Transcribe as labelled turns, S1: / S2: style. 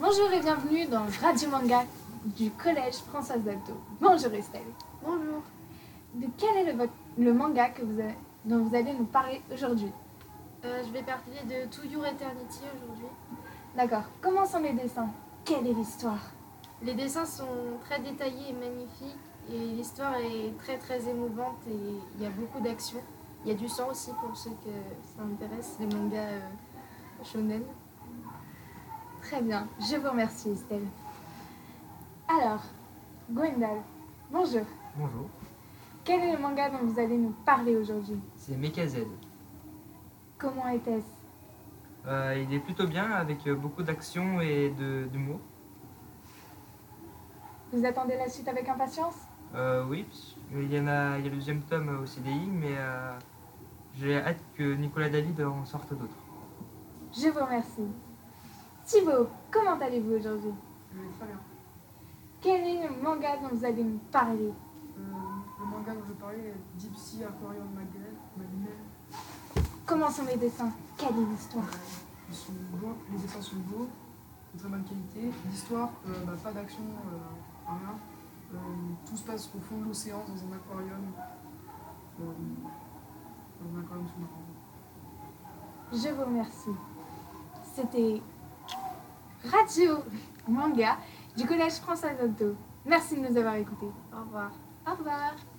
S1: Bonjour et bienvenue dans Vra du manga du collège Françoise d'Alto. Bonjour Estelle.
S2: Bonjour.
S1: De quel est le, vo- le manga que vous a- dont vous allez nous parler aujourd'hui
S2: Euh, je vais parler de To Your Eternity aujourd'hui.
S1: D'accord, comment sont les dessins Quelle est l'histoire
S2: Les dessins sont très détaillés et magnifiques et l'histoire est très très émouvante et il y a beaucoup d'action. Il y a du sang aussi pour ceux que ça intéresse, les mangas euh, shonen.
S1: Très bien, je vous remercie Estelle. Alors, Gwendal, bonjour.
S3: Bonjour,
S1: Quel est le manga dont vous allez nous parler aujourd'hui
S3: c'est Mecha Z.
S1: Comment était-ce
S3: Euh, il est plutôt bien avec euh, beaucoup d'action et de- d'humour.
S1: Vous attendez la suite avec impatience
S3: Euh, oui, parce que il y en a, il y a le deuxième tome euh, au CDI, mais euh, j'ai hâte que Nicolas David en sorte d'autres.
S1: Je vous remercie. Thibaut, comment allez-vous aujourd'hui
S4: Je vais très bien.
S1: Quel est le manga dont vous allez nous parler
S4: Euh, le manga dont je parlais, Deep Sea Aquarium Magnet, Magnet,
S1: Comment sont les dessins Quelle est
S4: euh,
S1: l'histoire
S4: ils sont beaux, les dessins sont beaux, de très bonne qualité. L'histoire, euh, bah, pas d'action, euh, rien. Euh, tout se passe au fond de l'océan, dans un aquarium. euh, dans un aquarium sous-marin.
S1: Je vous remercie. C'était Radio Manga du Collège François Adolto. Merci de nous avoir écoutés.
S2: Au revoir.
S1: Au revoir.